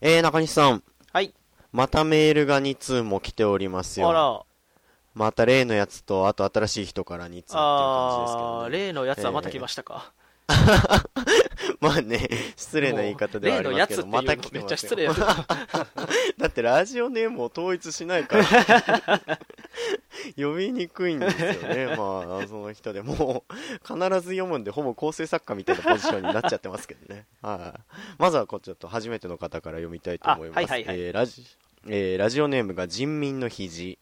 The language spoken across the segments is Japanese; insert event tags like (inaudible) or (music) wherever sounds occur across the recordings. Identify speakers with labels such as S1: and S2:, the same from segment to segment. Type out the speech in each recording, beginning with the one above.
S1: えー、中西さん。
S2: はい。
S1: またメールが2通も来ておりますよ。
S2: あら、
S1: また例のやつと、あと新しい人から2通っていう感じですけ
S2: あ
S1: ど、
S2: ー
S1: ね。
S2: 例のやつはまた来ましたか。
S1: (laughs) まあね、失礼な言い方ではありますけど、
S2: も
S1: ま
S2: う例の
S1: た
S2: や
S1: 来
S2: つって
S1: て
S2: (laughs) いうのめっ
S1: ま
S2: ちゃ
S1: すよ。
S2: 失礼や
S1: (laughs) だってラジオネームを統一しないから。 (laughs) 読みにくいんですよね。まあ、その人でもう、必ず読むんで、ほぼ構成作家みたいなポジションになっちゃってますけどね。はい。まずは、こうちょっと初めての方から読みたいと思います。
S2: あはいはいはい
S1: えーラジえーラジオネームが人民の肘。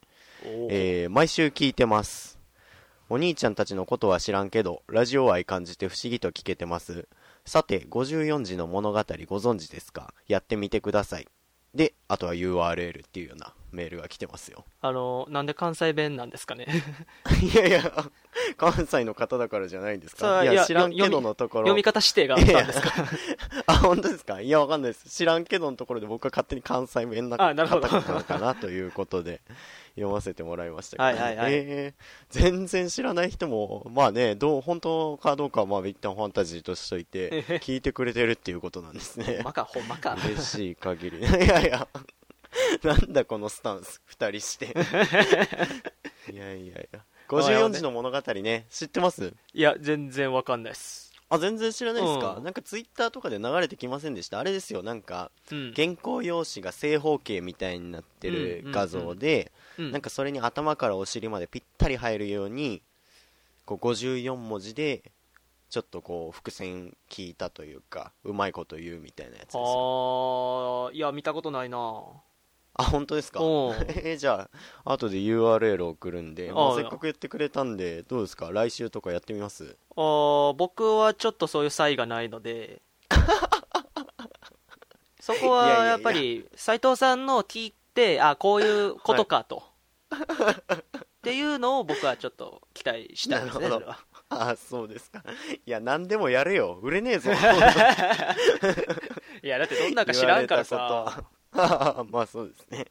S2: おー
S1: えー毎週聞いてますお兄ちゃんたちのことは知らんけどラジオ愛感じて不思議と聞けてますさて54字の物語ご存知ですかやってみてくださいであとは URL っていうようなメールが来て
S2: (laughs)
S1: ますよ
S2: あの、なんで関西弁なんですかね。
S1: いやいや関西の方だからじゃないんです
S2: そ
S1: か
S2: う
S1: いや
S2: いや
S1: 知らんけどのところ
S2: 読み方指定があったんですか。
S1: (laughs) あ本当ですかいやわかんないです知らんけどのところで僕は勝手に関西弁な
S2: あなるほど
S1: 方なのかなということ
S2: (laughs)
S1: で読ませてもらいましたけど、
S2: はいはいはい
S1: えー全然知らない人もまあねどう本当かどうかはまあ一旦ファンタジーとしとい
S2: (laughs)
S1: て聞いてくれてるっていうことなんです
S2: ほ
S1: ね
S2: ん (laughs) まか、ほんまか。
S1: 嬉しい限り (laughs) いやいやなんだこのスタンス二人して (laughs) いやいやいや54字の物語ね知ってます
S2: いや、全然わかんないっす。
S1: あ全然知らないですか、
S2: うん
S1: なんかツイッターとかで流れてきませんでしたあれですよなんか
S2: うん。
S1: 原稿用紙が正方形みたいになってる画像で、
S2: うん
S1: なんかそれに頭からお尻までぴったり入るようにこう54文字でちょっとこう伏線聞いたというかうまいこと言うみたいなやつですよ
S2: あー、いや、見たことないな
S1: あ本当ですか
S2: おう
S1: (laughs) えーじゃあ後で URL 送るんで、ま
S2: あ
S1: あ、
S2: ー
S1: せっかく言ってくれたんでどうですか来週とかやってみます (laughs)
S2: あー僕はちょっとそういう差異がない
S1: (laughs)
S2: のでそこ
S1: いやいや
S2: はい
S1: や
S2: やっぱり斉藤さんのを聞いてあこういうことかと、っていうのを僕はちょっと期待したいですね
S1: なるほど
S2: それは
S1: あそうですかいや何でもやれよ売れねえぞ
S2: いやだってどんなんか知らんから
S1: 言わ
S2: さ
S1: れたこと (laughs) まあそうですね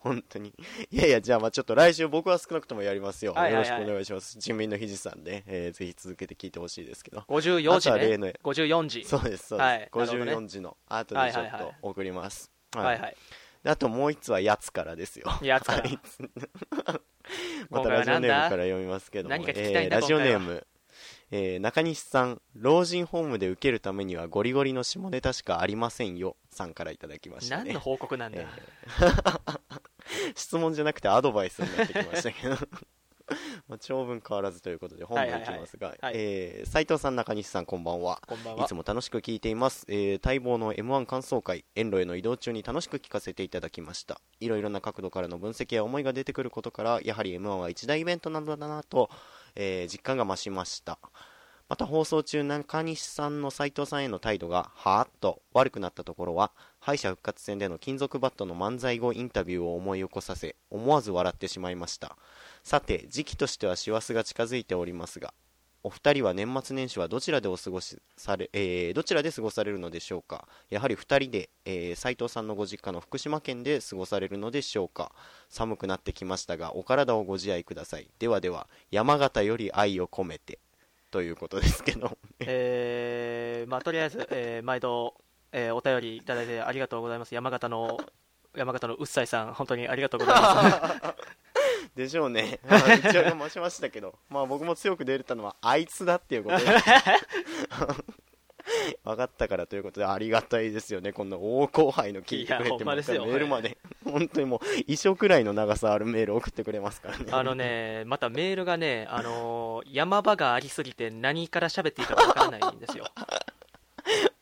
S1: 本当にいやいやじゃあまあちょっと来週僕は少なくともやりますよ、
S2: はいはいはい
S1: よろしくお願いします人民のひじさんで、えーぜひ続けて聞いてほしいですけど
S2: 54時
S1: あとは例の
S2: ね54時
S1: そうですそうです、
S2: はいなるほどね
S1: 54字の後でちょ
S2: は
S1: っ
S2: いはいは
S1: と
S2: い
S1: 送ります、
S2: はいはい、
S1: であともう一つはやつからですよ
S2: やつから
S1: は
S2: (laughs)
S1: いまたラジオネームから読みますけども
S2: 何が聞きたいんだ
S1: えーラジオネー
S2: 今
S1: ム、えー中西さん老人ホームで受けるためにはゴリゴリの下ネタしかありませんよさんからいただきましたね
S2: 何の報告なんだ、
S1: ええ (laughs) 質問じゃなくてアドバイスになってきましたけど (laughs) まあ長文変わらずということで本文いきますが
S2: はいはいはいはい
S1: えー斉藤さん中西さんこんばんは
S2: こんばん
S1: い
S2: は
S1: つも楽しく聞いています、えー待望の m 1感想会遠路への移動中に楽しく聞かせていただきましたいろいろな角度からの分析や思いが出てくることからやはり m 1は一大イベントなんだなと、えー実感が増しましたまた放送中中西さんの斉藤さんへの態度がはーっと悪くなったところは敗者復活戦での金属バットの漫才後インタビューを思い起こさせ思わず笑ってしまいましたさて時期としては師走が近づいておりますがお二人は年末年始はどちらでお過ごしされ、えーどちらで過ごされるのでしょうかやはり二人で、えー斉藤さんのご実家の福島県で過ごされるのでしょうか寒くなってきましたがお体をご自愛くださいではでは山形より愛を込めてということですけど
S2: えーまあ、とりあえず、えー毎度、えーお便りいただいてありがとうございます山形の山形のうっさいさん本当にありがとうございます
S1: (laughs) でしょう
S2: (laughs)
S1: ねまあ一応が増しましたけどまあ僕も強く出れたのはあいつだっていうことで (laughs) 分かったからということでありがたいですよねこんな大後輩の聞いてく
S2: いや
S1: れ
S2: ほん
S1: て
S2: ま
S1: ま
S2: です
S1: た
S2: よ
S1: メールまで本当にもう衣装くらいの長さあるメール送ってくれますからね
S2: あのねまたメールがね、あのー山場がありすぎて何から喋っていいかわからないんですよ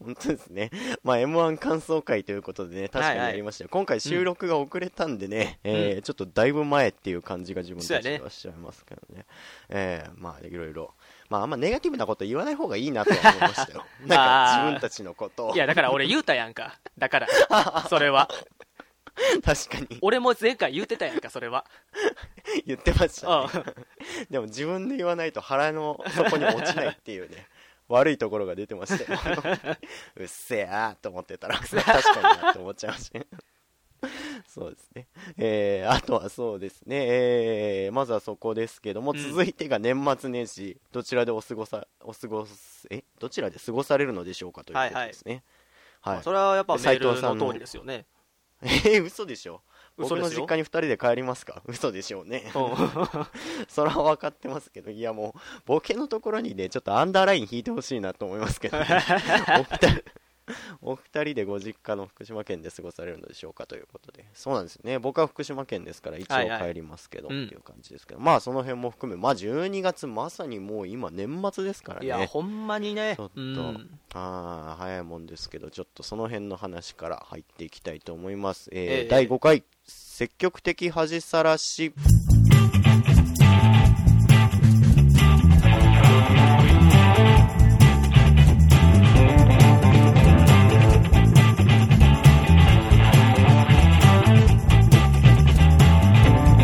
S1: 本当ですね。まあ、M1 感想会ということでね、確かにやりましたよ。今回収録が遅れたんでね、えーちょっとだいぶ前っていう感じが自分たちではしちゃいますけどね。えーまあ、いろいろ。まあ、あんまネガティブなこと言わない方がいいなとは思いました (laughs) よ。なんか
S2: あー、
S1: 自分たちのことを。
S2: いやだから俺言うたやんかだからそれは
S1: 確かに
S2: 俺も前回言うてたやんかそれは
S1: 言ってました、ね。
S2: う
S1: でも自分で言わないと腹の底に落ちないっていう
S2: (laughs)
S1: ね悪いところが出てましたようっせえなと思って
S2: (laughs)
S1: たら確かになって思っちゃいましたねそうですねえー、あとはそうですね、えー、まずはそこですけども、
S2: うん
S1: 続いてが年末年始どちらでお過ごさお過ごすえどちらで過ごされるのでしょうかということですね、は
S2: まあ
S1: い
S2: それはやっぱメ
S1: 斉
S2: ー
S1: 藤
S2: ル
S1: さんの
S2: の通りですよね。
S1: えー、嘘でしょ
S2: 嘘
S1: 僕
S2: で
S1: の
S2: すよ
S1: 実。家に2人で帰りますか嘘でしょうね (laughs) それは分かってますけどいやもうボケのところにねちょっとアンダーライン引いてほしいなと思いますけ
S2: (laughs)
S1: どね、お二人お二人でご実家の福島県で過ごされるのでしょうかということでそうなんですね僕は福島県ですから一
S2: はいは
S1: 応
S2: い
S1: 帰りますけどっ
S2: う
S1: て
S2: ん
S1: いう感じですけど、まあその辺も含めまあ12月まさにもう今年末ですから (laughs)
S2: うん、い
S1: ね
S2: や、ほんまにね
S1: ちょっ、と
S2: うん、
S1: ああ早いもんですけどちょっとその辺の話から入っていきたいと思います、えー
S2: ええ
S1: 第5回積極的恥さらし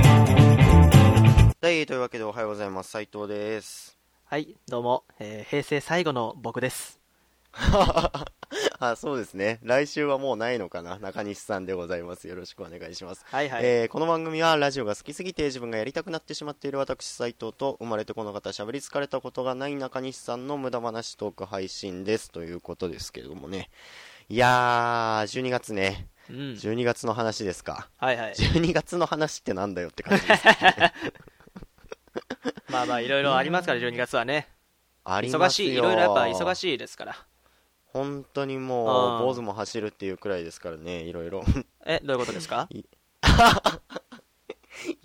S1: はいというわけでおはようございます斉藤です
S2: はい、どうも、えー平成最後の僕です。
S1: (laughs) あそうですね来週はもうないのかな中西さんでございますよろしくお願いします、
S2: はいはい。
S1: えーこの番組はラジオが好きすぎて自分がやりたくなってしまっている私斉藤と生まれてこの方しゃべり疲れたことがない中西さんの無駄話トーク配信ですということですけれどもねいやー12月ね
S2: うん、
S1: 12月の話ですか、
S2: はいはい。
S1: 12月の話ってなんだよって感じです
S2: まあまあ、いろいろありま
S1: (laughs)
S2: すから、12月はね。
S1: あり
S2: (laughs) 忙
S1: ます
S2: し
S1: よ
S2: い、いろいろやっぱ忙しいですから。
S1: 本当にもう
S2: う
S1: ん坊主も走るっていうくらいですからねいろいろ
S2: え、どういうことですか
S1: い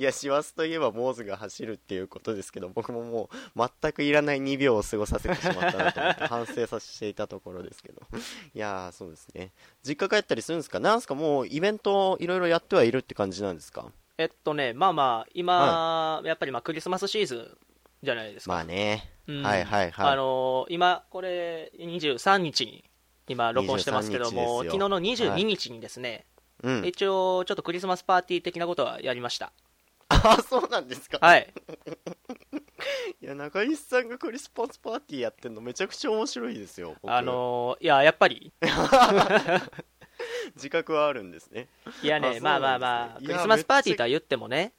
S1: や、師走といえば坊主が走るっていうことですけど、僕ももう全くいらない2秒を過ごさせてしまったなと思って (laughs) 反省させていたところですけど。いやー、そうですね。実家帰ったりするんですかなんすかもうイベントいろいろやってはいるって感じなんですか
S2: えっとね、まあまあ、今、やっぱりまあクリスマスシーズンじゃないですか。
S1: まあね。
S2: うん
S1: はいはいはい
S2: あのー今、これ、23日に、今、録音してますけども、
S1: 23日です
S2: 昨
S1: よ
S2: 日の22日にですね、
S1: うん。
S2: 一応、ちょっとクリスマスパーティー的なことはやりました。
S1: (laughs) ああ、そうなんですか。
S2: はい。
S1: いや、中西さんがクリスマスパーティーやってんのめちゃくちゃ面白いですよ。僕
S2: あのーいや、やっぱり、
S1: 自覚はあるんですね。
S2: いやね、
S1: あ
S2: まあま
S1: そうな
S2: あ
S1: ん
S2: まあ、
S1: ですね
S2: クリスマスパーティーとは言ってもね、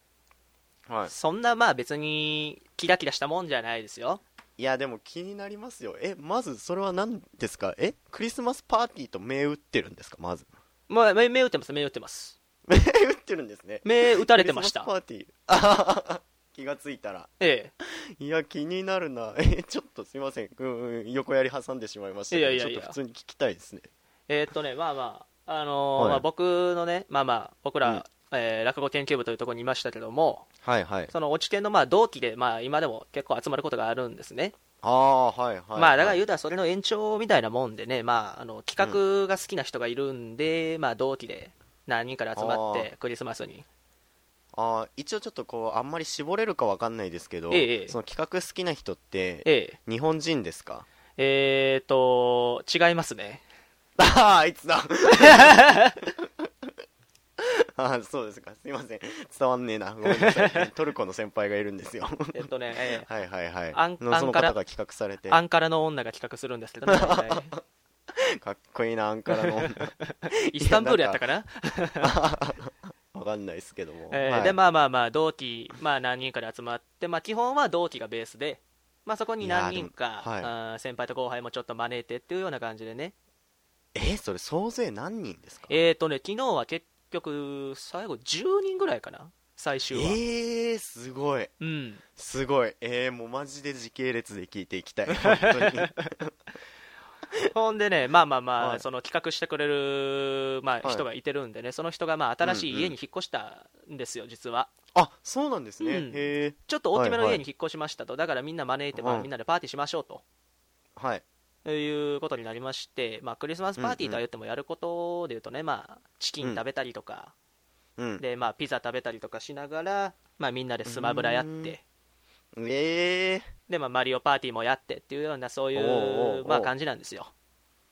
S1: はい。
S2: そんなまあ別に、キラキラしたもんじゃないですよ。
S1: いやでも気になりますよえまずそれは何ですかえクリスマスパーティーと銘打ってるんですかまず
S2: まあ、目目打ってます、目打ってます。
S1: 銘打ってるんですね
S2: 目打たれてまし
S1: クリスマス
S2: た。
S1: パーティー (laughs) あははは気がついたら
S2: え
S1: いや気になるな (laughs) えちょっとすいませんうんうん横やり挟んでしまいましたけど
S2: いやいやい
S1: ちょっ
S2: や
S1: と普通に聞きたいですね
S2: え。えーっとね、まあまあ、あのー
S1: はい
S2: まあ、僕のね、まあまあ、僕ら、
S1: うん
S2: えー落語研究部というところにいましたけども、
S1: はいはい
S2: その落ち研のまあ同期で、まあ、今でも結構集まることがあるんですね、
S1: ああはいはい
S2: まあ、だから言
S1: う
S2: うたらそれの延長みたいなもんでね、まあ、あの企画が好きな人がいるんで、まあ、同期で何人から集まっ
S1: あ
S2: て、クリスマスに、
S1: あー一応ちょっとこうあんまり絞れるかわかんないですけど、
S2: ええええ
S1: その企画好きな人って
S2: ええ
S1: 日本人です
S2: (laughs)
S1: か
S2: えー、と、違いますね、
S1: ああ、あいつだ。 (laughs) あーそうですか。すいません。伝わんねえな。ごめんなさい。トルコの先輩がいるん
S2: (laughs)
S1: ですよ。
S2: えっとね、
S1: (laughs)
S2: え
S1: はいはいはい。
S2: アン
S1: の
S2: ア
S1: そ
S2: ン
S1: の
S2: カラ
S1: 方が企画されて
S2: え、アンカラの女が企画するんですけ
S1: (laughs)
S2: どね、大体
S1: かっこいいな、アンカラ
S2: (laughs)
S1: の。
S2: イスタンブールやったかな、
S1: わかんないですけども。
S2: ええ
S1: はい
S2: で、まあまあまあ、同期、まあ、何人から集まって、まあ、基本は同期がベースで。まあ、そこに何人か、
S1: いやーでも
S2: あー先輩と後輩もちょっと招いてっていうような感じでね、
S1: え、それ総勢何人ですか
S2: えーとね、昨日は結局、最後10人ぐらいかな、最終は。
S1: えー、すごい。
S2: うん、
S1: すごい。えー、もうマジで時系列で聞いていき
S2: (laughs)
S1: たい。本当に。
S2: ほんでね、まあまあまあ、
S1: はい
S2: その企画してくれる、まあ、
S1: はい
S2: 人がいてるんでね、その人がまあ新しい家に引っ越したんですよ、実は。
S1: あ、そうなんですね。
S2: うん
S1: へえ。
S2: ちょっと大きめ
S1: はい
S2: の
S1: は
S2: 家
S1: い
S2: に引っ越しましたと、だからみんな招いて、
S1: う
S2: まあ、
S1: ん
S2: みんなでパーティーしましょうと。
S1: はい。
S2: いうことになりまして、まあ、クリスマスパーティーとは言ってもやることで言うとね、まあ、チキン食べたりとか、
S1: うん。
S2: でまあ、ピザ食べたりとかしながら、まあ、みんなでスマブラやっ
S1: うん
S2: て、
S1: えー。
S2: でまあ、マリオパーティーもやってっていうような、そうい
S1: おうおうお
S2: う
S1: う
S2: まあ感じなんですよ。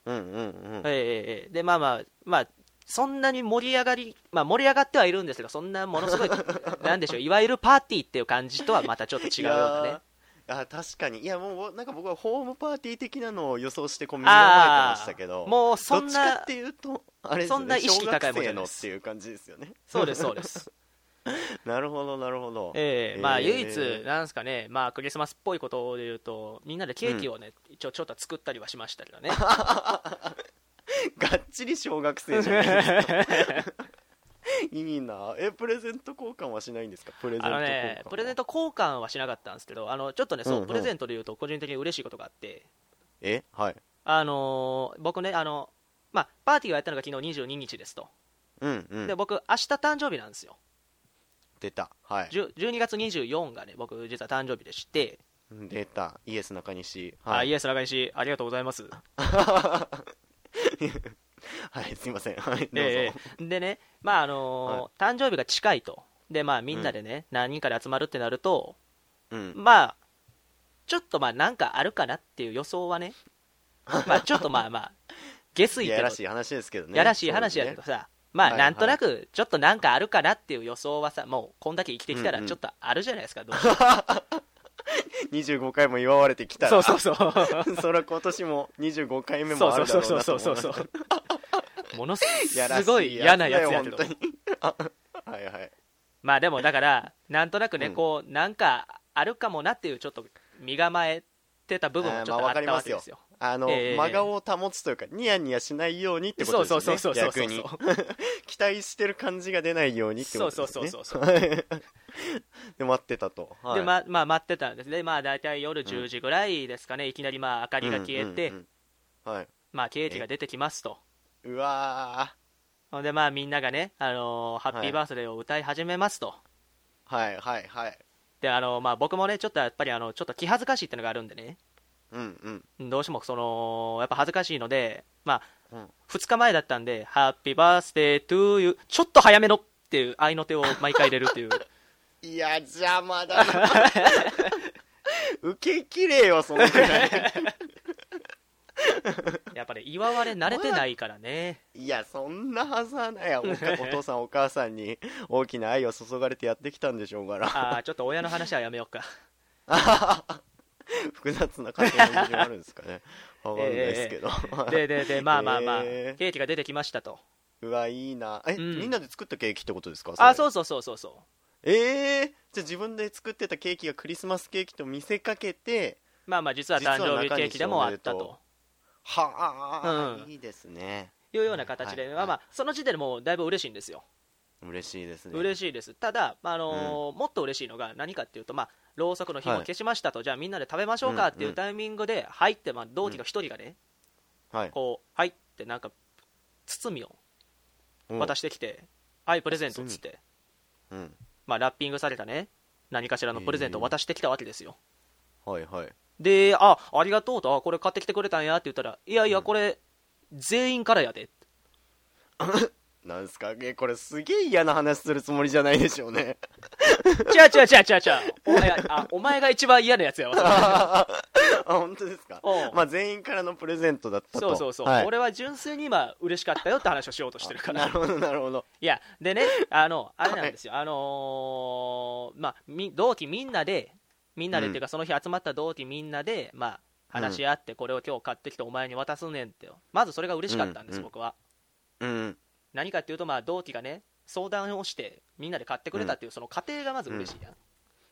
S1: うんうんうん。
S2: ええええでまあまあまあそんなに盛り上がり、まあ、盛り上がってはいるんですけどそんなもの
S1: (laughs)
S2: すごいなんでしょういわゆるパーティーっていう感じとはまたちょっと違うようなね
S1: いやーあ確かにいやもうなんか僕はホームパーティー的なのを予想してこう身をまい
S2: あ
S1: てまし
S2: あ
S1: たけど
S2: もうそん
S1: どっちか
S2: な
S1: っていうとあれですよね
S2: そんな意識高いもんじゃ
S1: 小学生
S2: ないです
S1: のっていう感じですよね
S2: そうですそうです
S1: なるほどなるほど
S2: ええまあ
S1: ええ
S2: 唯一なんですかねまあクリスマスっぽ
S1: (laughs)
S2: いことで言うとみんなでケーキをね、一応ちょっと作ったりはしましたけどね
S1: がっちり小学生じゃないですかいいなえプレゼント交換はしないんですかプレゼント
S2: あの
S1: 交換
S2: ね
S1: は
S2: プレゼント交換はしなかったんですけどあのちょっとねそう、
S1: うんうん
S2: プレゼントで言うと個人的に嬉しいことがあって
S1: えはい
S2: あのー僕ねあのまあパーティーをやったのが昨日22日ですと、
S1: うんうん
S2: で僕明日誕生日なんですよ
S1: 出たはい
S2: じゅ12月24がね僕実は誕生日でして、
S1: 出たイエス中西
S2: あ
S1: はい
S2: イエス中西ありがとうございます
S1: はいすいませんはいどうぞ、
S2: ででね、まああのー誕生日が近いとで、まあ、みんなでね、何人かで集まるってなると、
S1: うん
S2: まあ、ちょっとまあなんかあるかなっていう予想はね、
S1: (laughs)
S2: まあ、ちょっとまあまあ、下水
S1: い
S2: っ
S1: や
S2: て
S1: やらしい話ですけどね
S2: やらしい話やけどさ、まあ
S1: はい
S2: なんとなく、ちょっとなんかあるかなっていう予想はさ、もうこんだけ生きてきたら、
S1: うんうん
S2: ちょっとあるじゃないですか、どうしよう
S1: そうですね25回も祝われてきたら
S2: そうそうそう、そう
S1: (laughs) そら今年も25回目
S2: う
S1: もあ
S2: そ
S1: る
S2: う
S1: だろ
S2: そう
S1: うなと
S2: そう
S1: 思
S2: そうそう
S1: う
S2: ものす
S1: やらし
S2: ごい嫌なやつやけど
S1: だ。よ本当にあはいはい
S2: まあでもだから、なんとなくね、
S1: うん
S2: こう、なんかあるかもなっていう、ちょっと身構えてた部分もちょっとあったわけですよ。
S1: あの、
S2: ええ
S1: 真顔を保つというかニヤニヤしないようにってこ
S2: そ
S1: と
S2: う
S1: です
S2: そ
S1: よ
S2: う
S1: ね
S2: そうそうそうそう
S1: 逆に期待してる感じが出ないようにってこ
S2: そう
S1: と
S2: そう
S1: です
S2: そう
S1: ね
S2: そうそう
S1: (laughs) で待ってたと、はい
S2: でままあ待ってたんですねまあ大体夜10時ぐらいですかね、いきなりまあ明かりが消えて、
S1: うんうんうんはい
S2: まあケーキが出てきますと
S1: うわ
S2: ほんでまあみんながね、あのーハッピーバースデーを歌い始めますと、
S1: ーはいはいはい
S2: であのーまあ僕もねちょっとやっぱりあのちょっと気恥ずかしいってのがあるんでね
S1: うんうん
S2: どうしてもそのやっぱ恥ずかしいのでまあ、
S1: うん
S2: 2日前だったんで「ハッピーバースデートゥーユー」ちょっと早めのっていう愛の手を毎回入れるって
S1: (laughs)
S2: いう
S1: いや邪魔だな (laughs) 受けきれよそんぐらい
S2: やっぱり、ね、祝われ慣れてないからね
S1: (laughs) いやそんなはずはないおかお父さんお母さんに大きな愛を注がれてやってきたんでしょうから
S2: ああちょっと親の話はやめよう
S1: (laughs)
S2: か
S1: 複雑な家庭の事情があるんですかねわかんないです
S2: (laughs)
S1: けど、
S2: でででまあまあまあ、
S1: へー
S2: ケーキが出てきましたと
S1: うわいいなえ、
S2: うん
S1: みんなで作ったケーキってことですか
S2: あそううそうそうそうそ
S1: ええじゃあ自分で作ってたケーキがクリスマスケーキと見せかけて
S2: うまあまあ実は誕生日ケーキでもあった
S1: 実は中西おめでと
S2: と
S1: はあ、
S2: うん
S1: いいですね
S2: いうような形で、
S1: はい
S2: まあまあその時点でもうだいぶ嬉しいんですよ、
S1: 嬉しいですね
S2: 嬉しいですただ、まああのーもっと嬉しいのが何かっていうとまあろうそくの火も消しましたと、じゃあみんなで食べましょうかってい
S1: ん
S2: う
S1: う
S2: うタイミングで入って、まあ、同期の一人がね、
S1: はい
S2: こう入ってなんか包みを
S1: うん
S2: 渡してきて「はいプレゼント」っつって、
S1: うん
S2: まあ、ラッピングされたね何かしらのプレゼントを渡してきたわけですよ、
S1: はいはい
S2: で、あ、ありがとうと、あ、これ買ってきてくれたんやって言ったら、いやいや、これ、全員からやで。
S1: なんすかえこれすげえ嫌な話するつもりじゃないでしょうね (laughs)
S2: ちゃうちゃうちゃうちゃうちゃう。お前あ、お前が一番嫌なやつやわ。
S1: (laughs) あ本当ですか
S2: おう
S1: まあ全員からのプレゼントだったと
S2: そうそうそう。
S1: はい
S2: 俺は純粋に今、嬉しかったよって話をしようとしてるか
S1: な
S2: ら。
S1: るほどなるほど
S2: いや、でね、あの、あれなんですよ。あのーまあ、み同期みんなで、みんなでっていうか、その日集まった同期みんなで、まあ、話し合って、これを今日買ってきてお前に渡すねんってよ。まずそれが嬉しかったんです、
S1: うんうん
S2: 僕は。
S1: うん
S2: 何かっていうと、まあ、同期がね、相談をして、みんなで買ってくれたっていう、その過程がまず嬉しいやん。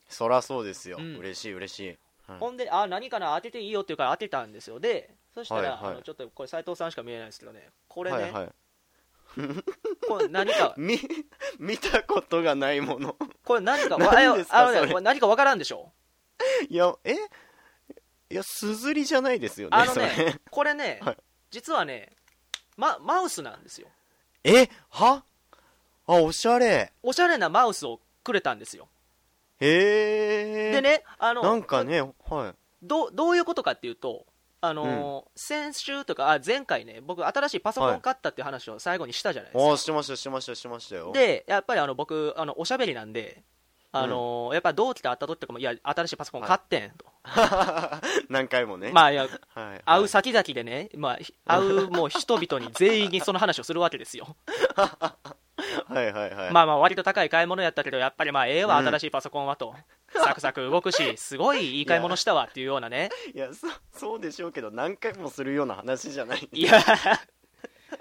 S1: そらそうですよ、
S2: うん
S1: 嬉しい嬉しい、はい
S2: ほんで、あ、何かな、当てていいよっていうから当てたんですよ。で、そしたら、
S1: はいはい
S2: あのちょっとこれ、斉藤さんしか見えないですけどね、これね、
S1: はいはい、
S2: これ何か
S1: 見 (laughs) 見たことがないもの
S2: これ何
S1: (laughs)
S2: か、
S1: 何ですか
S2: あの
S1: それ
S2: ね、これ何かわからんでしょ
S1: いやえいやすずりじゃないですよね
S2: あの
S1: それ (laughs)
S2: ね、これね、
S1: はい
S2: 実はね、ま、マウスなんですよ。
S1: えはあおしゃれ
S2: おしゃれなマウスをくれたんですよ。
S1: へえ
S2: でね、あの、
S1: なんかねはい
S2: どうどういうことかっていうと、あのー先週とか、あ、前回ね、僕、新しいパソコン買ったっていう話を最後にしたじゃないですか。
S1: あしてましたしてましたしてましたよ
S2: でやっぱりあの僕あのおしゃべりなんであの、やっぱ同期と会った時とかもいや新しいパソコン買ってんと、
S1: 何回もね、
S2: まあいや
S1: はいはい、
S2: 会う先々でね、まあ、ひ会うもう人々に全員にその話をするわけですよ
S1: はいはいはい、
S2: まあまあ割と高い買い物やったけどやっぱりまあええわ
S1: うん
S2: 新しいパソコンはと、サクサク動くしすごいいい買い物したわっていうようなね
S1: いやそそうでしょうけど何回もする (laughs) ような話じゃない
S2: いやっ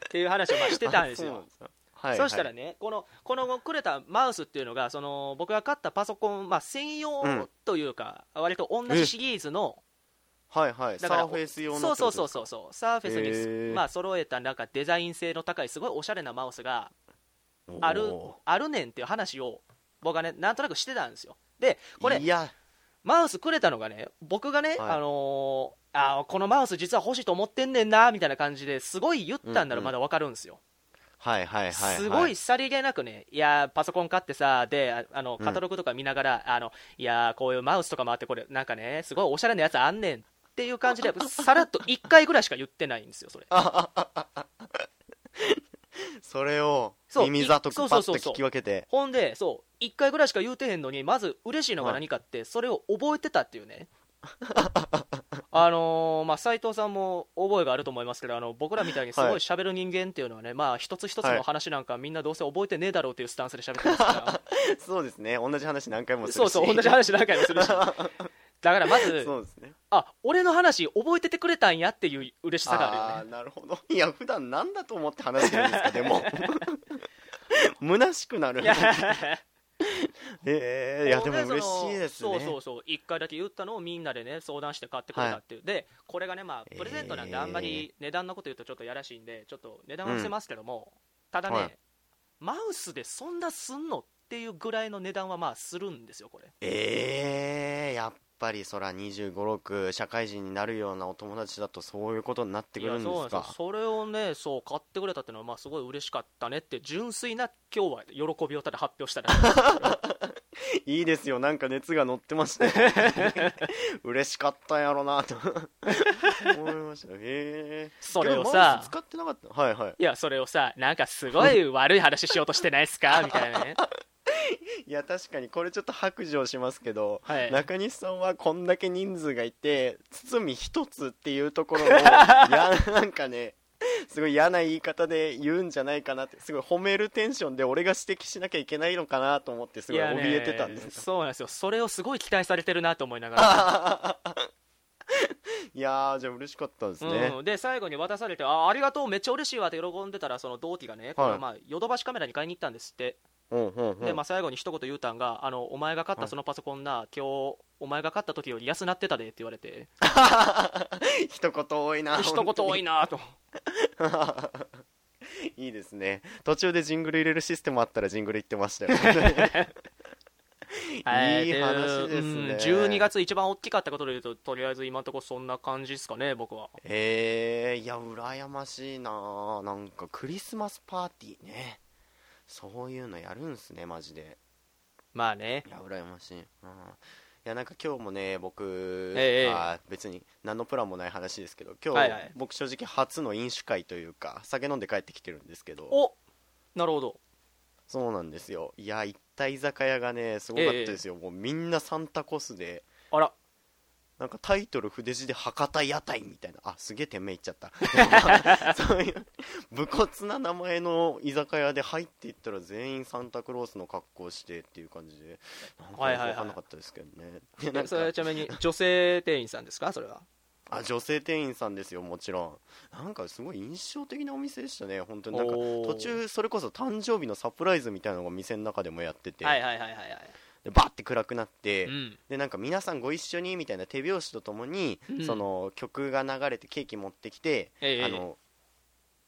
S2: ていう話をまあしてたんです
S1: あそうな
S2: よ
S1: かはい、
S2: そしたらね、このこのくれたマウスっていうのが、その僕が買ったパソコン、まあ、専
S1: うん
S2: 用というか、割と同じシリーズの
S1: はいはいサ
S2: だから
S1: ーフェイス用の
S2: そうそうそううそうそうサーフェ
S1: へ
S2: ス
S1: ー
S2: に、まあ揃えたなんかデザイン性の高いすごいおしゃれなマウスがあるあるねんっていう話を僕はねなんとなくしてたんですよでこれ
S1: いや
S2: マウスくれたのがね僕がね、
S1: はい
S2: あのーあーこのマウス実は欲しいと思ってんねんなみたいな感じですごい言ったんな
S1: うんう
S2: ら
S1: ん
S2: まだわかるんですよ、
S1: はいはいはいは
S2: すごいさりげなくね、いやー、パソコン買ってさ、で、ああの
S1: うん
S2: カタログとか見ながら、あのいやー、こういうマウスとかもあって、これ、なんかね、すごいおしゃれなやつあんねんっていう感じ
S1: (laughs)
S2: で、さらっと1回ぐらいしか言ってないんですよ、それ。
S1: (laughs) それを
S2: そう
S1: 耳ざとくパ
S2: そう
S1: ッ
S2: そ
S1: と
S2: うそうそう
S1: 聞き分けて
S2: ほんで、そう、1回ぐらいしか言うてへんのに、まず嬉しいのが何かって、それを覚えてたっていうね。 (laughs) あのーまあ、斉藤さんも覚えがあると思いますけどあの僕らみたいにす
S1: は
S2: ご
S1: い
S2: い喋る人間っていうのはね、まあ、一つ一つの話なんかみんなどうせ覚えてねえだろうっていうスタンスで喋ってま
S1: (laughs)
S2: すから、
S1: そうですね同じ話何回もするし
S2: そうそう、同じ話何回もするし。だからまず、
S1: そうですね
S2: あ俺の話覚えててくれたんやっていう嬉しさがあるよ
S1: あー
S2: ね。
S1: なるほど (laughs) いや普段なんだと思って話してるんですかでも (laughs) 虚しくなる
S2: いや
S1: えー、いやでも
S2: その
S1: 嬉しいですね
S2: そうそうそう1回だけ言ったのをみんなでね相談して買ってくれたっていう、でこれがねまあプレゼントなん
S1: え
S2: で
S1: ー
S2: あんまり値段のこと言うとちょっとやらしいんでちょっと値段は伏せますけども、ただね、
S1: はい
S2: マウスでそんなすんのっていうぐらいの値段はまあするんですよこれ
S1: えー、やっぱりそら2 5六社会人になるようなお友達だとそういうことになってくるんで
S2: いやそうな
S1: す
S2: んですよ
S1: か
S2: それをねそう買ってくれたっていうのはまあすごい嬉しかったねって純粋な今日は喜びをただ発表したら
S1: (laughs) いいですよなんか熱が乗ってましたよ
S2: (laughs)
S1: 嬉しかったんやろなと思いましたへえ
S2: それをさ
S1: 使ってなかったはいはい
S2: いや、それをさ、なんかすごい悪い話しようとしてないですかみたいなね。
S1: いや確かにこれちょっと白状しますけど、 (laughs)
S2: はい
S1: 中西さんはこんだけ人数がいて包み一つっていうとこ
S2: (laughs)
S1: ろをいやなんかねすごい嫌な言い方で言うんじゃないかなってすごい褒めるテンションで俺が指摘しなきゃいけないのかなと思ってすごい
S2: やね
S1: 怯えてたん
S2: (laughs)
S1: です
S2: そうなんですよ。それをすごい期待されてるなと思いながら。
S1: いやーじゃあ嬉しかったですね、
S2: うん、で最後に渡されてあありがとうめっちゃ嬉しいわって喜んでたらその同期がねこの、まあ、ヨドバシカメラに買いに行ったんですって、
S1: うんうんうん
S2: で、まあ、最後に一言言うたんがあの「お前が買っ
S1: は
S2: た
S1: い
S2: そのパソコンな、今日お前が買った時より安なってたで」って言われて
S1: 一言多いな
S2: 一言多い
S1: い
S2: なと
S1: (laughs) いいですね途中でジングル入れるシステムあったらジングル言ってましたよいい話ですね
S2: うん12月一番大きかったことで言うととりあえず今のところそんな感じですかね僕は
S1: えー、いや羨ましいなあなんかクリスマスパーティーねそういうのやるんすねマジで
S2: まあね
S1: いや羨ましい、うん、いやなんか今日もね僕、
S2: ええ
S1: あー別に何のプランもない話ですけど今日、
S2: はいはい
S1: 僕正直初の飲酒会というか酒飲んで帰ってきてるんですけど
S2: おなるほど
S1: そうなんですよいや行った居酒屋がねすごかったですよ、もうみんなサンタコスで
S2: あら
S1: なんかタイトル筆字で博多屋台みたいなあすげえ店名言っちゃった
S2: (laughs)
S1: そういう武骨な名前の居酒屋で入っていったら全員サンタクロースの格好してっていう感じでなんか
S2: はい
S1: よく
S2: はいはい
S1: 分かんなかったですけどね、で
S2: えそれ
S1: (laughs) なん
S2: は
S1: か
S2: ちなみに女性店員さんですかそれは
S1: あ女性店員さんですよもちろんなんかすごい印象的なお店でしたね本当になんか
S2: おー
S1: 途中それこそ誕生日のサプライズみたいなのが店の中でもやってて、
S2: はいはいはいはいはい
S1: でバッて暗くなって、
S2: うん
S1: でなんか皆さんご一緒にみたいな手拍子とともに、
S2: うん
S1: その曲が流れてケーキ持ってきて、
S2: ええ
S1: あの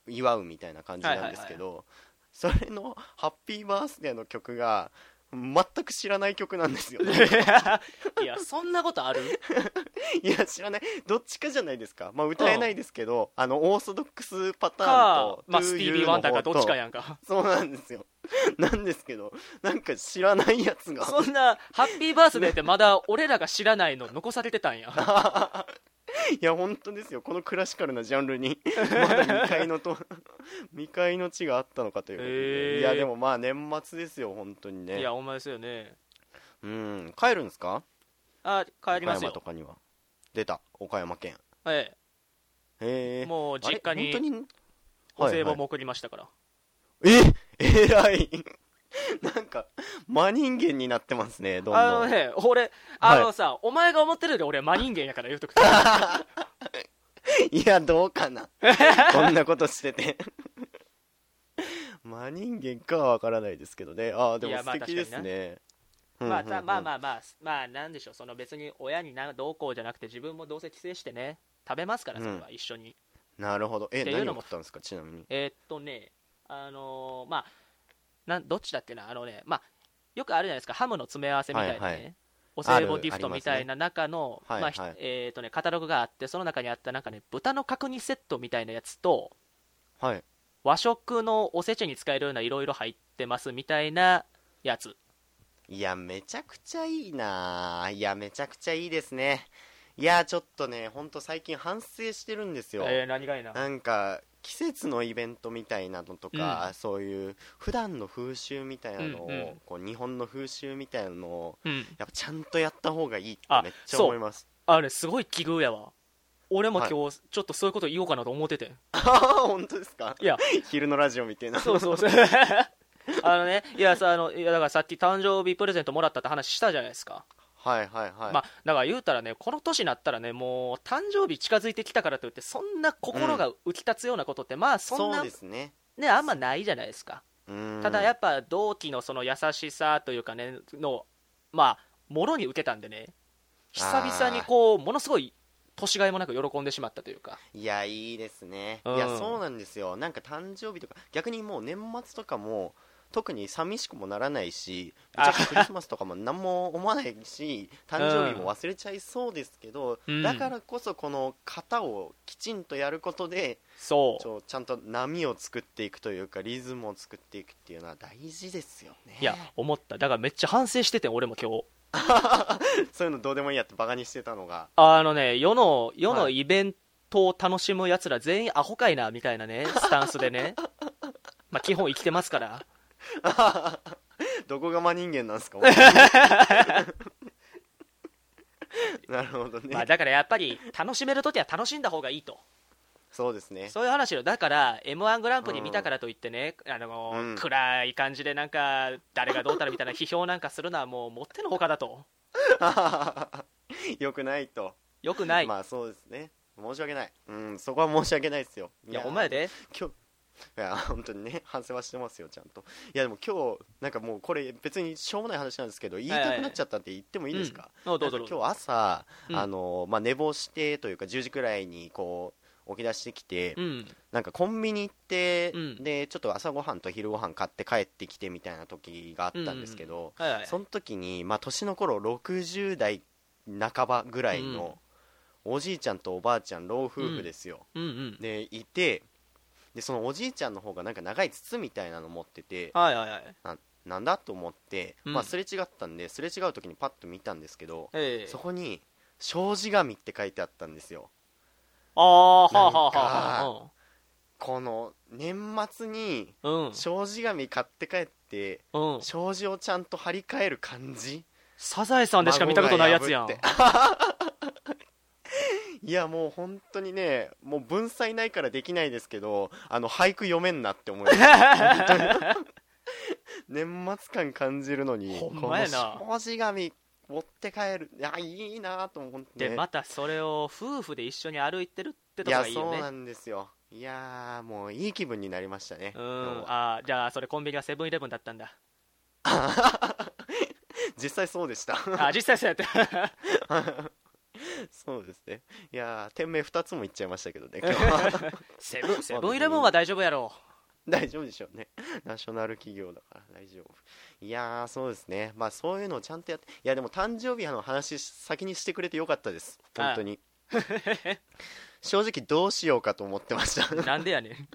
S1: 祝うみたいな感じなんですけど、それの「ハッピーバースデー」の曲が全く知らない曲なんですよ
S2: (laughs) いやそんなことある
S1: (laughs) いや知らないどっちかじゃないですか、まあ、歌えないですけど、あのオーソドックスパターン
S2: か
S1: と、
S2: まあ、
S1: To
S2: スティー
S1: You
S2: ビー・ワンダーか
S1: の方
S2: ど
S1: と
S2: っちかやんか
S1: そうなんですよなんですけどなんか知らないやつが
S2: そんなハッピーバースデーってまだ俺らが知らないの残されてたんや
S1: いや本当ですよこのクラシカルなジャンルに (laughs) まだ未開のと (laughs) 未開の地があったのかということで、
S2: へー
S1: いやでもまあ年末ですよ本当に (laughs)
S2: い
S1: ね
S2: やお前ですよね
S1: うん帰るんですか
S2: あ帰ります
S1: 岡山と
S2: よ、
S1: かには出た岡山県
S2: え
S1: へ
S2: え、
S1: え
S2: もう実家
S1: あれ
S2: に
S1: 本当に
S2: お歳暮も送りましたから、
S1: ええらい (laughs) なんか真人間になってますねどん
S2: あ
S1: ど
S2: の
S1: ん
S2: ね俺あのさ、お前が思ってるより俺は真人間やから言うとくと
S1: (laughs) いやどうかなこんなことしてて (laughs) 真人間かはわからないですけどねああで
S2: い
S1: も
S2: やまあ
S1: 素敵です
S2: 確か
S1: ね、うん
S2: ま
S1: う
S2: あ、
S1: んうん
S2: たまあまあまあ、まあ、なんでしょう、その別に親になどうこうじゃなくて、自分もどうせ帰省してね、食べますから、それは一緒に。
S1: なるほどえ
S2: っていう
S1: 何
S2: の
S1: を
S2: も
S1: 食ったんですかちなみに
S2: えーっとね、あのーまあなん、どっちだっけな、あのね、まあ、よくあるじゃないですか、ハムの詰め合わせみたいなね、
S1: はいは
S2: お歳暮ギフトみたいな中の、
S1: あるありますね
S2: ま
S1: はいは
S2: あ
S1: い
S2: ひえーっとね、カタログがあって、その中にあったなんかね、豚の角煮セットみたいなやつと、
S1: はい
S2: 和食のおせちに使えるようないろいろ入ってますみたいなやつ。
S1: いやめちゃくちゃいいないやめちゃくちゃいいですねいやちょっとねほんと最近反省してるんですよ、
S2: えー何がいいな。
S1: なんか季節のイベントみたいなのとか、
S2: う
S1: そういう普段の風習みたいなのを、
S2: うんうん
S1: こう日本の風習みたいなのを
S2: うん、
S1: やっぱちゃんとやった方がいいって
S2: あ
S1: めっちゃ思います (laughs)
S2: あれ、すごい奇遇やわ。俺も
S1: は
S2: 今
S1: い
S2: 日、ちょっとそういうこと言おうかなと思ってて。
S1: ああ本当ですか
S2: いや
S1: 昼のラジオみたいな
S2: そ
S1: (laughs)
S2: うそうそう。あのね、いやさ、あの、いやだからさっき誕生日プレゼントもらったって話したじゃないですか。
S1: はいはいはい、
S2: まあ、だから言うたらね、この年になったらね、もう誕生日近づいてきたからといって、そんな心が浮き立つようなことって、まあ、そん
S1: そ
S2: な
S1: うですね
S2: ね、あんまないじゃないですか。
S1: うん
S2: ただやっぱ、同期のその優しさというかね、の、まあ、もろに受けたんでね、久々にこう、ものすごい、年がいもなく喜んでしまったというか。
S1: いやいいですね、
S2: うん
S1: いやそうなんですよなんか誕生日とか逆にもう年末とかも特に寂しくもならないしめちゃくちゃクリスマスとかも何も思わないし誕生日も忘れちゃいそうですけど、
S2: うん
S1: だからこそこの型をきちんとやることで
S2: そう
S1: ち。ょちゃんと波を作っていくというかリズムを作っていくっていうのは大事ですよね
S2: いや、思った。だからめっちゃ反省してて、俺も今日。
S1: (laughs) そういうのどうでもいいやってバカにしてたの
S2: (laughs)
S1: が
S2: あのね、世の、世
S1: は
S2: の
S1: い
S2: イベントを楽しむ奴ら全員アホかいな、みたい
S1: (laughs)
S2: なね、スタンスでね。まあ、基本生きてますから。
S1: どこが真人間なん
S2: (laughs)
S1: ですか (laughs) なるほどね、
S2: まあ、だからやっぱり、楽しめるときは楽しんだ方がいいと。
S1: そうですね
S2: そういう話よ。だから、M1 グランプリ見たからといってね、あの、
S1: うん
S2: 暗い感じでなんか、誰がどうたらみたいな批評なんかするのはもう、もってのほかだと。
S1: (laughs) よくないと、
S2: よくない。
S1: まあそうですね申し訳ないうんそこは申し訳ないですよ
S2: いや、ほんまやで。
S1: 今日いや本当にね反省はしてますよちゃんといやでも今日なんかもうこれ別にしょうもない話なんですけど言いたくなっちゃったって言ってもいいですか、
S2: うんあどうぞ
S1: なん
S2: どう
S1: か今
S2: ぞ。
S1: 日朝、
S2: うん
S1: あのまあ、寝坊してというか10時くらいにこう起き出してきて、
S2: うん。
S1: なんかコンビニ行って、
S2: うん
S1: でちょっと朝ごはんと昼ごはん買って帰ってきてみたいな時があったんですけど、
S2: はいはい。
S1: その時に、まあ、年の頃60代半ばぐらいの、おじいちゃんとおばあちゃん老夫婦ですよ、
S2: うんうん。
S1: でいてでそのおじいちゃんの方がなんか長い筒みたいなの持ってて
S2: はいはいはい。
S1: なんだと思って、
S2: うん
S1: まあ、すれ違ったんですれ違う時にパッと見たんですけど、
S2: ええ
S1: そこに「障子紙」って書いてあったんですよ
S2: ああ、はあはあは
S1: この年末に
S2: あ。うん。
S1: 障子紙買って帰って
S2: うん。
S1: 障子をちゃんと張り替える感じ
S2: サザエさんでしか見たことないやつやん。
S1: 孫が (laughs) いやもう本当にねもう文才ないからできないですけどあの俳句読めんなって思
S2: (laughs)
S1: います本当に年末感感じるのに
S2: ほんまやな
S1: この障子紙持って帰るいやいいなと思って、
S2: で、またそれを夫婦で一緒に歩いてるって
S1: い
S2: とこ
S1: や
S2: がいいよ
S1: そうな
S2: ね。
S1: んですよいやーもういい気分になりましたね
S2: う
S1: 今日
S2: ん。
S1: は
S2: あーじゃあ、それコンビニはセブンイレブンだったんだ。
S1: 実際そうでした
S2: (laughs) あ、実際そうやって。
S1: (laughs) そうですねいやー店名2つも言っちゃいましたけど
S2: (laughs)
S1: ね今日は
S2: セブン、セブンイレブンは大丈夫
S1: (laughs)
S2: やろ
S1: 大丈夫でしょうねナショナル企業だから大丈夫いやーそうですねまあそういうのをちゃんとやっていやでも誕生日の話先にしてくれてよかったです本当に正直どうしようかと思ってました
S2: う。
S1: い
S2: なんでやねん。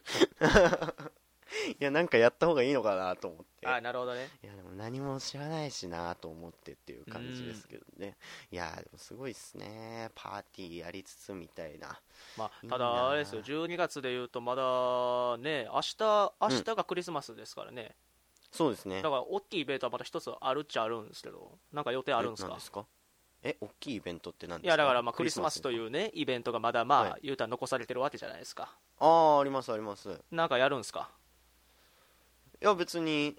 S1: やなんかやった方がいいのかなと思って
S2: あ、なるほどね。
S1: いやでも何も知らないしなと思ってっていう感じですけどね、いやでもすごいっすねパーティーやりつつみたいな
S2: まあ、
S1: いいな
S2: ただ、あれですよ、12月で言うと、まだね、明日、明日がクリスマスですからね。
S1: そうですね
S2: だから、大きいイベントはまた一つあるっちゃあるんですけど、なんか予定あるんです
S1: え
S2: か
S1: 何え大きいイベントって何です
S2: い
S1: か
S2: や、だから、まあ、クリスマスと
S1: う
S2: いうね、イベントがまだ、ま
S1: は
S2: あ、言うたら残されてるわけじゃないですか。
S1: ああありますありますい
S2: なんかやるんすか
S1: や別に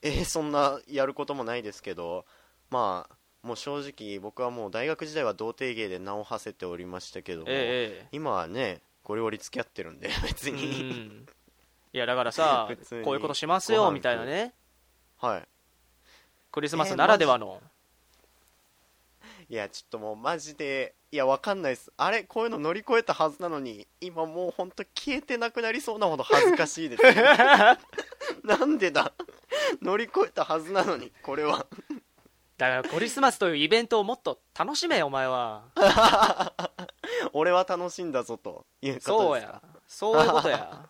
S1: えーそんなやることもないですけどまあもう正直僕はもう大学時代は童貞芸で名を馳せておりましたけども、
S2: ええ
S1: 今はねゴリゴリ付き合ってるんで別
S2: ええ
S1: (laughs)
S2: う
S1: に、
S2: んいやだから
S1: (laughs)
S2: さ
S1: 普通に
S2: こういうことしますよみたいなね
S1: はい
S2: クリスマスならではの、
S1: いやちょっともうマジでいやわかんないですあれこういうの乗り越えたはずなのに今もうほんと消えてなくなりそうなほど恥ずかしいです
S2: (laughs)
S1: なんでだ乗り越えたはずなのにこれは
S2: だからクリスマスというイベントをもっと楽しめお前
S1: (laughs)
S2: は
S1: 俺は楽しんだぞということ
S2: そう
S1: ですか
S2: やそういうことや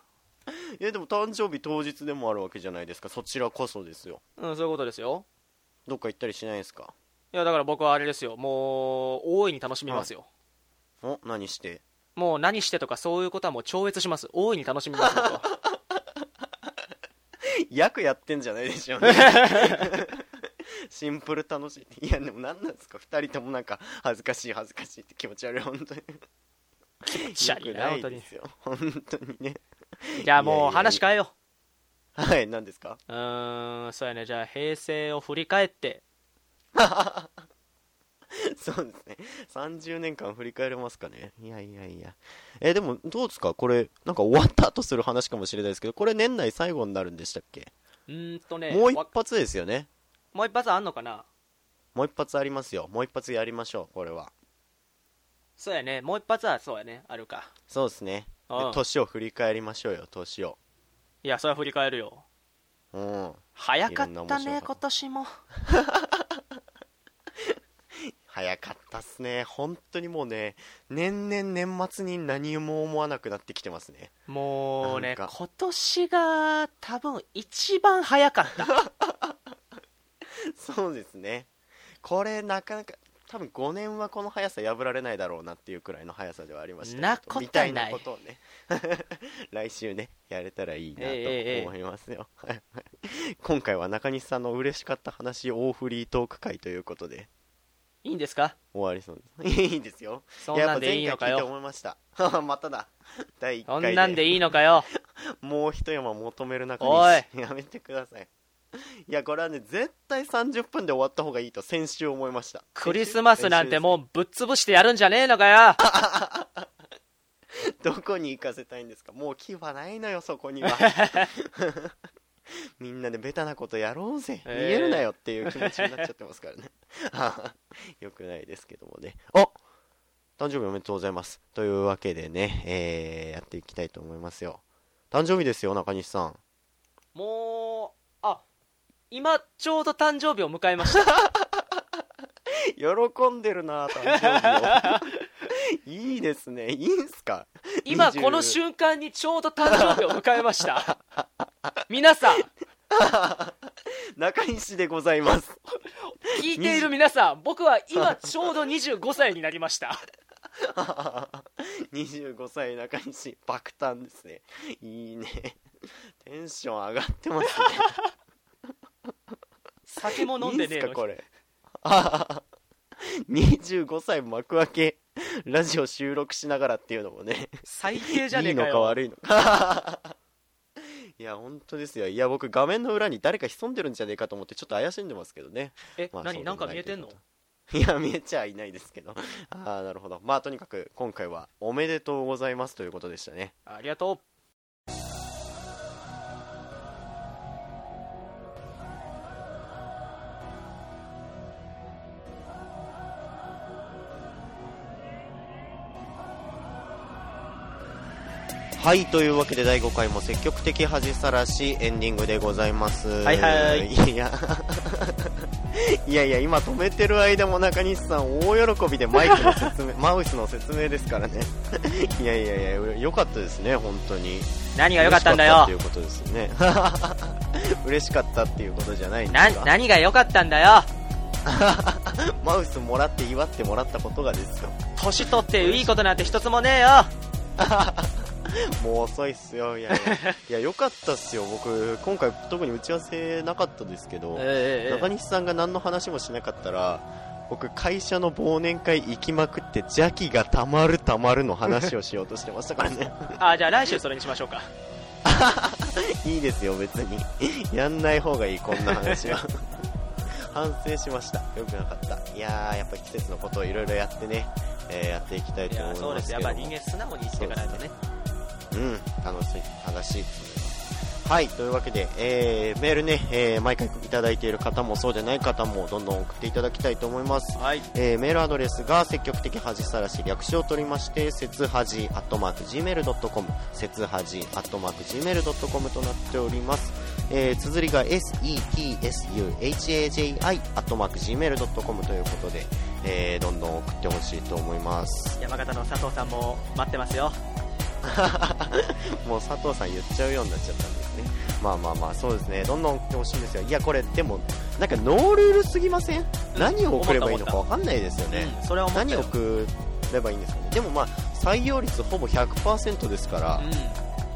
S1: いやでも誕生日当日でもあるわけじゃないですかそちらこそですよ
S2: うんそういうことですよ
S1: どっか行ったりしないですか
S2: いやだから僕はあれですよもう大いに楽しみますよ、
S1: お何して
S2: もう何してとかそういうことはもう超越します大いに楽しみます僕は
S1: 役やってんじゃないでしょうね
S2: (laughs)
S1: シンプル楽しいいやでも何なんですか2人ともなんか恥ずかしい恥ずかしいって気持ち悪い本当に
S2: シャリ
S1: 良く
S2: な
S1: な (laughs)
S2: 本
S1: い
S2: 当に
S1: ですよ本当にねいや
S2: じゃあ
S1: いやい
S2: も
S1: や
S2: う話変えよ
S1: はい何ですか (laughs)
S2: ううーんそうやねじゃあ平成を振り返って
S1: そうですね30年間振り返れますかねいやいやいやえでもどうですかこれなんか終わった後する話かもしれないですけどこれ年内最後になるんでしたっけ、
S2: うーんとね
S1: もう一
S2: わ
S1: 発ですよね
S2: もう一発あんのかな
S1: もう一発ありますよもう一発やりましょうこれは
S2: そうやねもう一発はそうやねあるか
S1: そうですねで
S2: うん
S1: 年を振り返りましょうよ年を
S2: いやそれは振り返るよ
S1: うん
S2: 早か
S1: いろん
S2: っ
S1: な
S2: た
S1: 面白い
S2: ね
S1: こと
S2: 今年も
S1: 早かったっすね本当にもうね年々年末に何も思わなくなってきてますね
S2: もうね
S1: なんか
S2: 今年が多分一番早かった
S1: (laughs) そうですねこれなかなか多分5年はこの速さ破られないだろうなっていうくらいの速さではありましたけど
S2: なことない
S1: みたいなことをね (laughs) 来週ねやれたらいいな
S2: ええええ
S1: と思いますよ、 (laughs) 今回は中西さんの嬉しかった話大フリートーク会ということで
S2: いいんですか
S1: 終わりそうです (laughs) いいですよ
S2: そんなんでいいのか
S1: やっぱ前回聞いて
S2: よ
S1: 思いました (laughs) まただ第1
S2: そ
S1: 回
S2: んなんでいいのか
S1: (laughs)
S2: よ
S1: もう一山求める中
S2: お
S1: に (laughs) やめてくださいいやこれはね絶対30分で終わった方がいいと先週思いました
S2: クリスマスなんても
S1: う
S2: うぶっ潰してやるんじゃねえのかよ
S1: どこに行かせたいんですかもう牙ないのよそこ
S2: (laughs)
S1: にはみんなでベタなことやろうぜ、
S2: えー
S1: 逃げるなよっていう気持ちになっちゃってますからね (laughs) あーよくないですけどもねあ誕生日おめでとうございますというわけでね、えーやっていきたいと思いますよ誕生日ですよ中西さん
S2: もうあ今ちょうど誕生日を迎え
S1: (laughs)
S2: ました
S1: 喜んでるな誕生日をいいですねいいんすか
S2: 今
S1: 20
S2: この瞬間にちょうど誕生日を迎えました皆さん
S1: 中西でございます (laughs)
S2: 聞いている皆さん僕は今ちょうど25歳になりました
S1: 25歳中西爆誕ですねいいねテンション上がってますね
S2: 酒も飲んでねえ
S1: いいんすかこ
S2: の
S1: れ (laughs) あー25歳幕開けラジオ収録しながらっていうのもね
S2: 最低じゃね
S1: いい
S2: えか
S1: のか
S2: よ
S1: 悪いのか (laughs) いや本当ですよいや僕画面の裏に誰か潜んでるんじゃねえかと思ってちょっと怪しんでますけどね
S2: え
S1: まあそう
S2: 何
S1: でも
S2: なんか見えてんの
S1: ないということいや見えちゃいないですけど (laughs) ああなるほどまあとにかく今回はおめでとうございますということでしたね
S2: ありがと
S1: はいというわけで第5回も積極的恥さらしエンディングでございます
S2: はいはい
S1: いや (laughs) いやいや今止めてる間も中西さん大喜びでマイクの説
S2: (laughs)
S1: 明マウスの説明ですからね (laughs) いやいやいやよかったですね本当に
S2: う何が良かったんだよ
S1: 嬉しかったっていうことですよね (laughs) 嬉しかったっていうことじゃないんで
S2: な
S1: すが
S2: 何が良かったんだよ
S1: マウスもらって祝ってもらったことが
S2: (laughs)
S1: ですよ
S2: 年取っていいことなんて一つもねえよ
S1: もう遅いっすよい
S2: (laughs)
S1: やいやいやよかったっすよ僕今回特に打ち合わせなかったですけど、
S2: え
S1: 中西さんが何の話もしなかったら僕会社の忘年会行きまくって邪気がたまるたまるの話をしようとしてましたから
S2: (laughs)
S1: ね
S2: あじゃあ来週それにしましょうか
S1: いいですよ別にやんない方がいいこんな話
S2: (laughs)
S1: は反省しましたよくなかったいやーやっぱり季節のことをいろいろやってね、えーやっていきたい
S2: い
S1: と思
S2: や
S1: い
S2: そう
S1: ま
S2: ですす
S1: け
S2: や
S1: ど
S2: っぱ
S1: も
S2: 人間素直に生きていかないとね
S1: うん楽しい正しいですねはいというわけで、えーメールね、えー毎回いただいている方もそうでない方もどんどん送っていただきたいと思います
S2: はい
S1: えーメールアドレスが積極的恥さらし略称を取りまして、せつはじ gmail.com、せつはじ gmail.com となっております。えー、綴りが setsuhaji gmail.com ということで、えーどんどん送ってほしいと思います。
S2: 山形の佐藤さんも待ってますよ
S1: もう佐藤さん言っちゃうようになっちゃったんですね。まあまあまあ、そうですね。どんどん送ってほしいんですよ。いや、これ、でも、なんかノールールすぎません何を送ればいいのかわかんないですよね。
S2: うん、それは思った
S1: 何
S2: よ
S1: を送ればいいんですかねでもまあ採用率ほぼ100%ですから、
S2: うん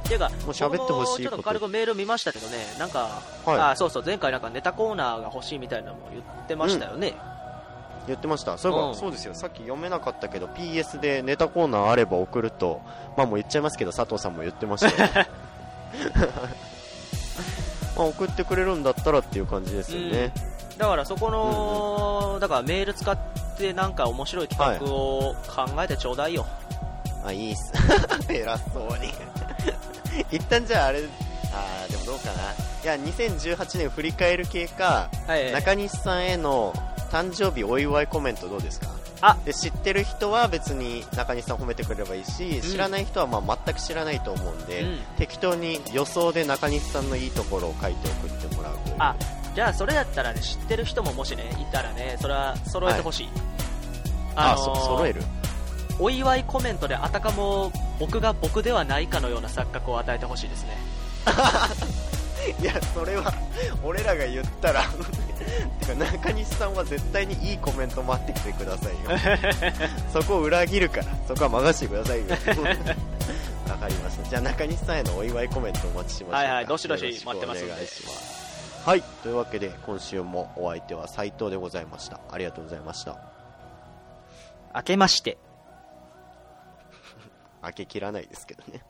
S2: ていうか
S1: う喋ってほしいこと
S2: 僕もちょっと軽くメール見ましたけどねなんか、
S1: は
S2: あそうそう前回なんかネタコーナーが欲しいみたいなのも言ってましたよね、
S1: い言ってましたそういえば、
S2: うん
S1: そうですよさっき読めなかったけど PS でネタコーナーあれば送るとまあもう言っちゃいますけど佐藤さんも言ってましたよ
S2: (laughs)
S1: まあ送ってくれるんだったらっていう感じですよね、
S2: だからそこの、だからメール使ってなんか面白い企画を考えてちょうだいよ、
S1: あいいっす (laughs) 偉そうに (laughs) 一旦じゃああれあーでもどうかないや2018年振り返る系か
S2: はい
S1: 中西さんへの誕生日お祝いコメントどうですか
S2: あ
S1: で知ってる人は別に中西さん褒めてくれればいいし、知らない人はまあ全く知らないと思うんで、
S2: うん
S1: 適当に予想で中西さんのいいところを書いて送ってもらう
S2: あじゃあそれだったらね知ってる人ももしねいたらねそれは揃えてほしい、
S1: あ、
S2: のー
S1: そ揃える
S2: お祝いコメントであたかも僕が僕ではないかのような錯覚を与えてほしいですね
S1: いやそれは俺らが言ったらてか中西さんは絶対にいいコメント待ってきてくださいよ
S2: (laughs)
S1: そこを裏切るからそこは任せてくださいよわかりましたじゃあ中西さんへのお祝いコメントお待ちしましょうか
S2: はいはいどしどし
S1: よろく
S2: 待ってますんで
S1: お願いしますはいというわけで今週もお相手は斉藤でございましたありがとうございました
S2: 明けまして
S1: 開け切らないですけどね